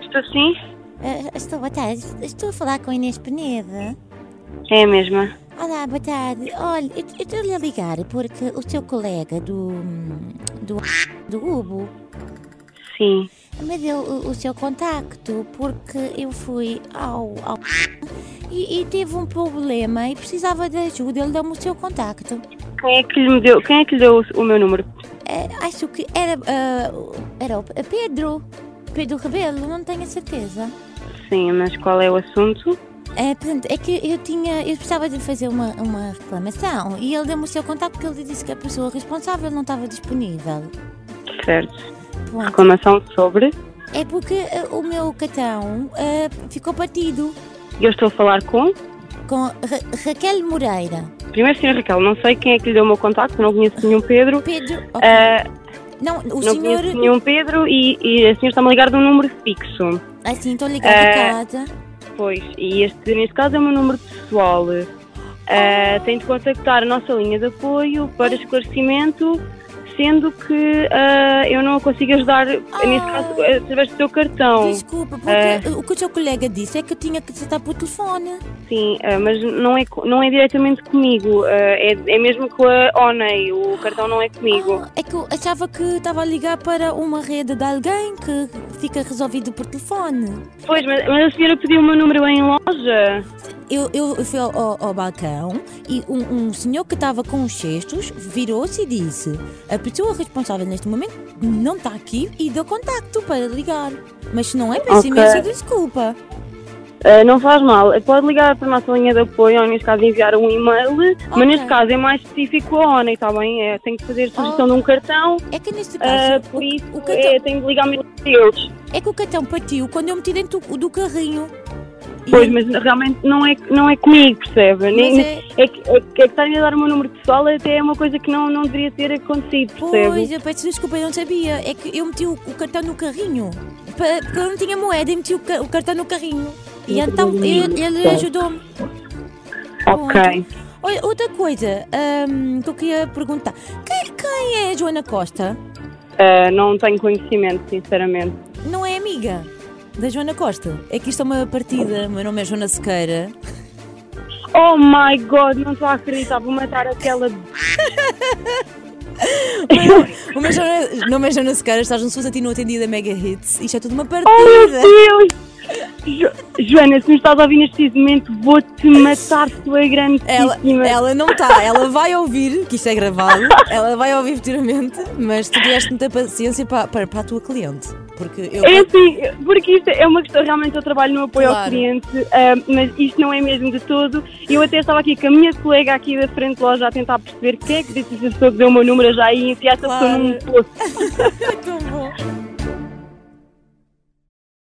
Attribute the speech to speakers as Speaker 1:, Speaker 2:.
Speaker 1: Estou sim?
Speaker 2: Ah, estou, boa tarde. Estou a falar com a Inês Peneda.
Speaker 1: É a mesma.
Speaker 2: Olá, boa tarde. Olha, eu eu estou-lhe a ligar porque o seu colega do. do. do Ubo
Speaker 1: Sim.
Speaker 2: me deu o, o seu contacto porque eu fui ao. ao e, e teve um problema e precisava de ajuda. Ele deu-me o seu contacto.
Speaker 1: Quem é que lhe me deu, quem é que lhe deu o- o meu número?
Speaker 2: Ah, acho que era. ah, era o Pedro. Pedro Rebelo, não tenho a certeza.
Speaker 1: Sim, mas qual é o assunto?
Speaker 2: É, portanto, é que eu tinha, eu precisava de fazer uma, uma reclamação e ele deu-me o seu contato porque ele disse que a pessoa responsável não estava disponível.
Speaker 1: Certo.
Speaker 2: Pronto.
Speaker 1: Reclamação sobre.
Speaker 2: É porque eh, o meu cartão eh, ficou partido
Speaker 1: Eu estou a falar com.
Speaker 2: com Ra- Raquel Moreira.
Speaker 1: Primeiro, Sr. Raquel, não sei quem é que lhe deu o meu contacto, não conheço nenhum Pedro.
Speaker 2: Pedro, ok.
Speaker 1: Ah,
Speaker 2: não, o
Speaker 1: não
Speaker 2: senhor,
Speaker 1: conheço nenhum Pedro e, e a senhora está-me a ligar de um número fixo.
Speaker 2: assim, estou ligada a
Speaker 1: Ah,
Speaker 2: casa.
Speaker 1: Pois, e este, neste caso, é o meu número pessoal. Ah, tem de contactar a nossa linha de apoio para esclarecimento, sendo que ah, eu não a consigo ajudar, neste caso, através do seu cartão.
Speaker 2: Desculpa, porque
Speaker 1: eh,
Speaker 2: o que o seu colega disse é que eu tinha que tratar por telefone.
Speaker 1: Sim, ah, mas não é, co- não é diretamente comigo, ah, é, é mesmo com a ONEI, o cartão não é comigo.
Speaker 2: Ah, é que eu achava que estava a ligar para uma rede de alguém que fica resolvido por telefone.
Speaker 1: Pois, mas, mas a senhora pediu o meu número em loja?
Speaker 2: Eu, eu fui ao, ao- ao balcão e um, um senhor que estava com os cestos virou-se e disse: A pessoa responsável neste momento não está aqui e deu contacto para ligar. Mas se não é, peço
Speaker 1: Ok.
Speaker 2: imensa desculpa.
Speaker 1: Ah, não faz mal, pode ligar para a nossa linha de apoio ou, neste caso, enviar um e-mail,
Speaker 2: Ok.
Speaker 1: mas neste caso é mais específico a ONEI, está bem? É, tenho que fazer sugestão de um cartão,
Speaker 2: É que neste
Speaker 1: ah,
Speaker 2: caso,
Speaker 1: por
Speaker 2: o,
Speaker 1: isso
Speaker 2: o cartão,
Speaker 1: é, tenho de ligar mesmo a eles.
Speaker 2: é que o cartão partiu quando eu meti dentro do, do carrinho. E-
Speaker 1: Pois, mas realmente não é, não é comigo, percebe? Nem-
Speaker 2: mas é,
Speaker 1: é que, é que é que estarem a dar o meu número pessoal até é uma coisa que não, não deveria ter acontecido, percebe?
Speaker 2: pois, eu peço desculpa, eu não sabia. É que eu meti o, o cartão no carrinho. Pa- Porque eu não tinha moeda e meti o, ca- o cartão no carrinho. E então ele,
Speaker 1: Tá.
Speaker 2: ele ajudou-me. é
Speaker 1: Ok.
Speaker 2: Olha, outra coisa ahm, que eu queria perguntar. Quem, quem é a Joana Costa?
Speaker 1: Ah, não tenho conhecimento, sinceramente.
Speaker 2: Não é amiga da Joana Costa? É que isto é uma partida. Meu nome é Joana Sequeira.
Speaker 1: Oh my god, não estou a acreditar, vou matar aquela.
Speaker 2: O meu Joana- nome é Joana Sequeira, estás no Suzatino atendida Mega Hits. Isto é tudo uma
Speaker 1: Oh meu
Speaker 2: partida.
Speaker 1: Deus! Jo- Joana, se me estás a ouvir neste momento, vou-te matar, tua grande
Speaker 2: Ela, ela não está, ela vai ouvir, que isto é gravado, ela vai ouvir futuramente, mas tu tiveste muita paciência para, para, para a tua cliente. Porque eu.
Speaker 1: É assim, porque isto é uma questão, realmente eu trabalho no apoio ao
Speaker 2: Claro.
Speaker 1: cliente, ah, mas isto não é mesmo de todo. Eu até estava aqui com a minha colega aqui da frente de loja a tentar perceber quem é que disse essa pessoa que deu o meu número eu já ia enfiar essa
Speaker 2: Claro.
Speaker 1: pessoa num poço.
Speaker 2: Muito bom.